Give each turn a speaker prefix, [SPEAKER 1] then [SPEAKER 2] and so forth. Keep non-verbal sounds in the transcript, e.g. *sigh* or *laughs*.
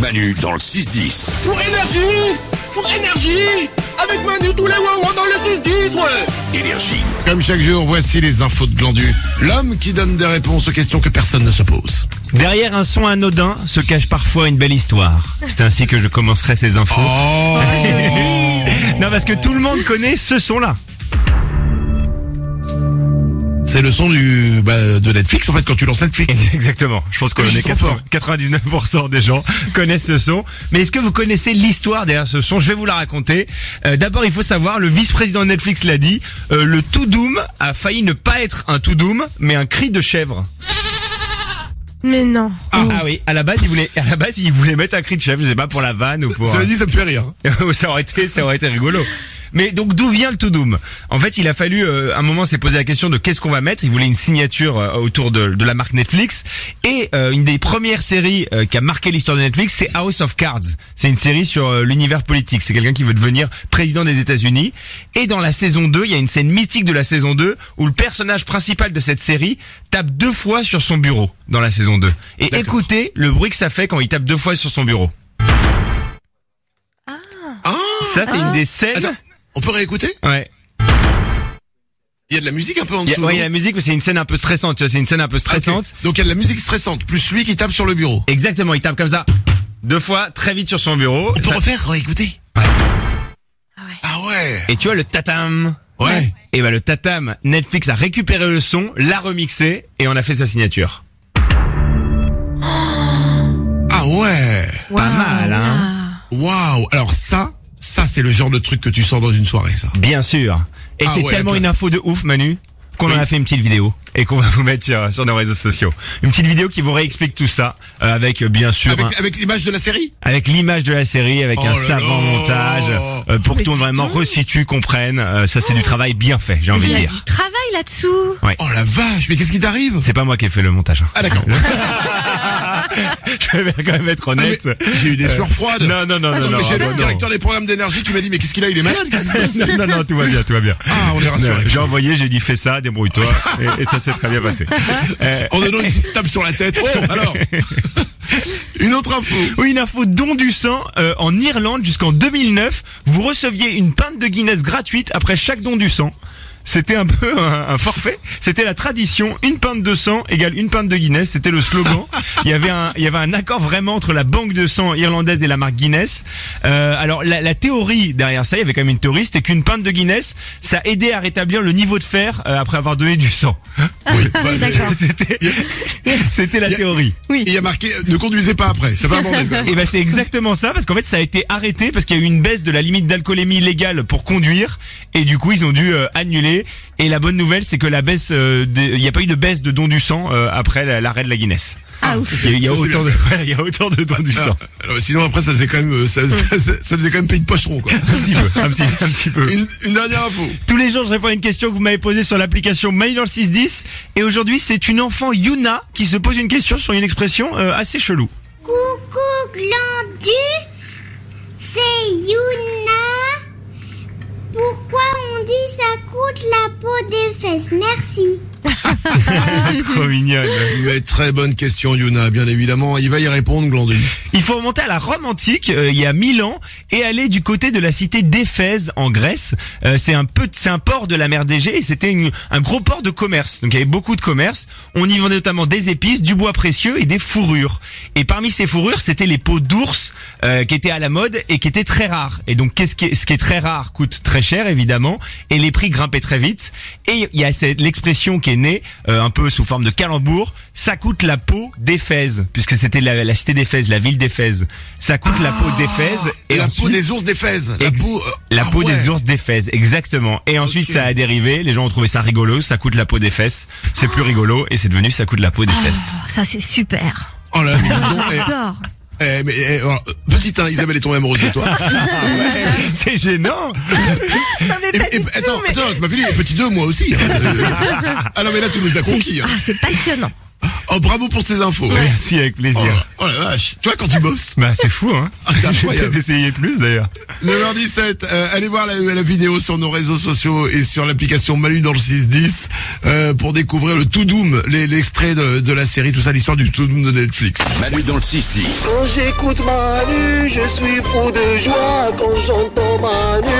[SPEAKER 1] Manu dans le 6-10.
[SPEAKER 2] Pour énergie Pour énergie Avec Manu tous les wouah dans le 6-10, ouais
[SPEAKER 1] Énergie.
[SPEAKER 3] Comme chaque jour, voici les infos de Glandu. L'homme qui donne des réponses aux questions que personne ne se pose.
[SPEAKER 4] Derrière un son anodin se cache parfois une belle histoire. C'est ainsi que je commencerai ces infos.
[SPEAKER 3] Oh,
[SPEAKER 4] Non, parce que tout le monde connaît ce son-là.
[SPEAKER 3] *laughs* C'est le son du, bah, de Netflix, en fait, quand tu lances
[SPEAKER 4] *laughs*
[SPEAKER 3] Netflix.
[SPEAKER 4] Exactement. Je pense qu'on
[SPEAKER 3] Je suis
[SPEAKER 4] est
[SPEAKER 3] trop
[SPEAKER 4] 80
[SPEAKER 3] fort.
[SPEAKER 4] 99% des gens connaissent ce son. Mais est-ce que vous connaissez l'histoire derrière ce son Je vais vous la raconter. Euh, D'abord, il faut savoir, le vice-président de Netflix l'a dit, euh, le tout doom a failli ne pas être un tout doom, mais un cri de chèvre.
[SPEAKER 5] Mais non. Oh,
[SPEAKER 4] Ah, oui, à la base, il voulait, à la base, il voulait mettre un cri de chèvre, je sais pas pour la vanne ou pour.
[SPEAKER 3] Ça dit, ça me fait rire.
[SPEAKER 4] *laughs* ça aurait été, ça aurait été rigolo. Mais donc d'où vient le tout doom En fait, il a fallu euh, un moment s'est posé la question de qu'est-ce qu'on va mettre. Il voulait une signature euh, autour de, de la marque Netflix et euh, une des premières séries euh, qui a marqué l'histoire de Netflix, c'est House of Cards. C'est une série sur euh, l'univers politique. C'est quelqu'un qui veut devenir président des États-Unis et dans la saison 2, il y a une scène mythique de la saison 2 où le personnage principal de cette série tape deux fois sur son bureau dans la saison 2. Et écoutez le bruit que ça fait quand il tape deux fois sur son bureau.
[SPEAKER 3] Ah,
[SPEAKER 4] Ça, c'est une des scènes.
[SPEAKER 3] attends, on peut réécouter
[SPEAKER 4] Ouais.
[SPEAKER 3] Il y a de la musique un peu en
[SPEAKER 4] Il y a,
[SPEAKER 3] dessous.
[SPEAKER 4] ouais, il y a
[SPEAKER 3] non
[SPEAKER 4] la musique, mais c'est une scène un peu stressante, tu vois, c'est une scène un peu
[SPEAKER 3] Ah, ok.
[SPEAKER 4] stressante.
[SPEAKER 3] Donc il y a de la musique stressante, plus lui qui tape sur le bureau.
[SPEAKER 4] Exactement, il tape comme ça. Deux fois, très vite sur son bureau.
[SPEAKER 3] On peut refaire, réécouter Ah ouais
[SPEAKER 4] Et tu vois le tatam.
[SPEAKER 3] Ouais.
[SPEAKER 4] Et bah le tatam, Netflix a récupéré le son, l'a remixé et on a fait sa signature.
[SPEAKER 3] Ah ouais
[SPEAKER 4] Pas mal, hein.
[SPEAKER 3] Waouh Alors ça, ça c'est le genre de truc que tu sors dans une soirée, ça.
[SPEAKER 4] Bien sûr. Et
[SPEAKER 3] Ah
[SPEAKER 4] c'est
[SPEAKER 3] ouais,
[SPEAKER 4] tellement
[SPEAKER 3] la
[SPEAKER 4] une
[SPEAKER 3] classe.
[SPEAKER 4] info de ouf, Manu, qu'on en a fait une petite vidéo et qu'on va vous mettre sur, sur nos réseaux sociaux. Une petite vidéo qui vous réexplique tout ça euh, avec euh, bien sûr un-
[SPEAKER 3] Avec, avec l'image de la série
[SPEAKER 4] avec l'image de la série, avec
[SPEAKER 3] Oh
[SPEAKER 4] un
[SPEAKER 3] là là.
[SPEAKER 4] savant montage, euh, pour que
[SPEAKER 5] Mais
[SPEAKER 4] tout
[SPEAKER 5] dis
[SPEAKER 4] vraiment
[SPEAKER 5] donc.
[SPEAKER 4] resitue, comprenne. euh, ça, c'est du travail bien fait, j'ai envie
[SPEAKER 5] Il y
[SPEAKER 4] de
[SPEAKER 5] a
[SPEAKER 4] dire.
[SPEAKER 5] du travail là-dessous.
[SPEAKER 3] Oh la vache, mais qu'est-ce qui t'arrive
[SPEAKER 4] C'est pas moi qui ai fait le montage. hein.
[SPEAKER 3] Ah d'accord.
[SPEAKER 4] *laughs* Je vais quand même être honnête.
[SPEAKER 3] Ah. J'ai eu des sueurs froides.
[SPEAKER 4] Non, non, non, non,
[SPEAKER 5] je
[SPEAKER 4] non.
[SPEAKER 5] me
[SPEAKER 3] Mais J'ai
[SPEAKER 4] ah,
[SPEAKER 3] le
[SPEAKER 4] non,
[SPEAKER 3] directeur des programmes d'énergie qui m'a dit mais qu'est-ce qu'il a, il est malade qu'est-ce qui
[SPEAKER 4] *laughs*
[SPEAKER 3] se passe
[SPEAKER 4] non. Non, non, tout va bien, tout va bien.
[SPEAKER 3] Ah, on est
[SPEAKER 4] Non,
[SPEAKER 3] rassuré.
[SPEAKER 4] J'ai envoyé, j'ai dit fais
[SPEAKER 3] *laughs*
[SPEAKER 4] ça, débrouille-toi, et, et ça s'est très bien
[SPEAKER 5] *laughs*
[SPEAKER 4] passé. Euh,
[SPEAKER 3] En donnant une petite tape sur la tête. Oh,
[SPEAKER 4] *laughs*
[SPEAKER 3] alors Une autre info.
[SPEAKER 4] oui, une info don du sang euh, en Irlande jusqu'en 2009, vous receviez une pinte de Guinness gratuite après chaque don du sang. C'était un peu un, un forfait. C'était la tradition. Une pinte de sang égale une pinte de Guinness. C'était le slogan. Il y avait un, il y avait un accord vraiment entre la banque de sang irlandaise et la marque Guinness. Euh, alors la, la théorie derrière ça, il y avait quand même une théorie, c'était qu'une pinte de Guinness, ça aidait à rétablir le niveau de fer euh, après avoir donné du sang. *laughs*
[SPEAKER 3] Oui, bah,
[SPEAKER 5] d'accord.
[SPEAKER 4] C'était, c'était la
[SPEAKER 3] Il y a-
[SPEAKER 4] théorie.
[SPEAKER 3] Il y a marqué euh, ne conduisez pas après, ça va bordel.
[SPEAKER 4] *laughs*
[SPEAKER 3] quand même.
[SPEAKER 4] Et ben c'est exactement ça parce qu'en fait ça a été arrêté parce qu'il y a eu une baisse de la limite d'alcoolémie légale pour conduire et du coup ils ont dû euh, annuler et la bonne nouvelle c'est que la baisse euh, des- il n'y a pas eu de baisse de don du sang euh, après la- l'arrêt de la Guinness.
[SPEAKER 5] Ah, ouf.
[SPEAKER 4] Il y a, il y a
[SPEAKER 3] Ça, c'est
[SPEAKER 4] autant de
[SPEAKER 3] bien.
[SPEAKER 4] ouais, *laughs* il y a autant de don du sang.
[SPEAKER 3] Alors, Ah, alors, sinon après ça faisait quand même euh, ça, ça- ça- ça faisait quand même pays de pocheron quoi.
[SPEAKER 4] Un petit peu, un petit, un petit peu.
[SPEAKER 3] Une, une dernière info.
[SPEAKER 4] *laughs* Tous les jours, je réponds à une question que vous m'avez posée sur l'application Mail dans le 610. Et aujourd'hui, c'est une enfant Yuna qui se pose une question sur une expression euh, assez chelou.
[SPEAKER 6] Coucou Glandu, c'est Yuna. Pourquoi on dit ça coûte la peau des fesses Merci.
[SPEAKER 4] *laughs* Trop mignonne.
[SPEAKER 3] Mais très bonne question Yuna, bien évidemment, il va y répondre Glandu.
[SPEAKER 4] Il faut remonter à la Rome antique, euh, il y a 1000 ans, et aller du côté de la cité d'Éphèse en Grèce. Euh, c'est un peu, c'est un port de la mer d'Égée et c'était une- un gros port de commerce. Donc il y avait beaucoup de commerce. On y vendait notamment des épices, du bois précieux et des fourrures. Et parmi ces fourrures, c'était les peaux d'ours euh, qui étaient à la mode et qui étaient très rares. Et donc qu'est-ce qui est- ce qui est très rare coûte très cher évidemment, et les prix grimpaient très vite. Et il y a cette- l'expression qui est née euh, un peu sous forme de calembour, ça coûte la peau d'Éphèse, puisque c'était la, la cité d'Éphèse, la ville d'Éphèse. Ça coûte la peau d'Éphèse
[SPEAKER 3] Et la peau
[SPEAKER 4] ensuite-
[SPEAKER 3] des ours des fèzes. La
[SPEAKER 4] Ex-
[SPEAKER 3] peau, euh,
[SPEAKER 4] la
[SPEAKER 3] ah
[SPEAKER 4] peau
[SPEAKER 3] ouais.
[SPEAKER 4] des ours d'Éphèse, exactement. Et ensuite,
[SPEAKER 3] Ok.
[SPEAKER 4] ça a dérivé. Les gens ont trouvé ça rigolo. Ça coûte la peau des fesses. C'est plus rigolo et c'est devenu ça coûte la peau des
[SPEAKER 3] Ah.
[SPEAKER 4] fesses.
[SPEAKER 5] Oh, ça, c'est super.
[SPEAKER 3] Oh là, mais dis donc, eh,
[SPEAKER 5] J'adore.
[SPEAKER 3] eh, mais, eh, alors, euh, petite, hein, Isabelle est tombée amoureuse de toi. Eh
[SPEAKER 4] *laughs* C'est gênant.
[SPEAKER 5] Non, mais
[SPEAKER 3] Et-
[SPEAKER 5] pas
[SPEAKER 3] et-
[SPEAKER 5] du
[SPEAKER 3] attends,
[SPEAKER 5] tout, mais-
[SPEAKER 3] attends, tu m'as fini, petit deux, moi aussi. hein. Euh, ah non, mais là, tu nous as conquis. hein.
[SPEAKER 5] Ah, c'est passionnant.
[SPEAKER 3] Oh, bravo pour ces infos.
[SPEAKER 4] Merci, avec
[SPEAKER 3] Oh,
[SPEAKER 4] plaisir.
[SPEAKER 3] oh la vache. Toi, quand tu bosses.
[SPEAKER 4] Bah, c'est fou, hein. *laughs*
[SPEAKER 3] Ah, c'est
[SPEAKER 4] Je vais
[SPEAKER 3] incroyable.
[SPEAKER 4] peut-être essayer plus, d'ailleurs.
[SPEAKER 3] 9h17, euh, allez voir la, la vidéo sur nos réseaux sociaux et sur l'application Malu dans le 610 euh, pour découvrir le tout doom, les- l'extrait de, de la série, tout ça, l'histoire du tout doom de Netflix.
[SPEAKER 1] Manu dans le 6-10.
[SPEAKER 2] Quand j'écoute Manu, je suis fou de joie. Quand j'entends Manu,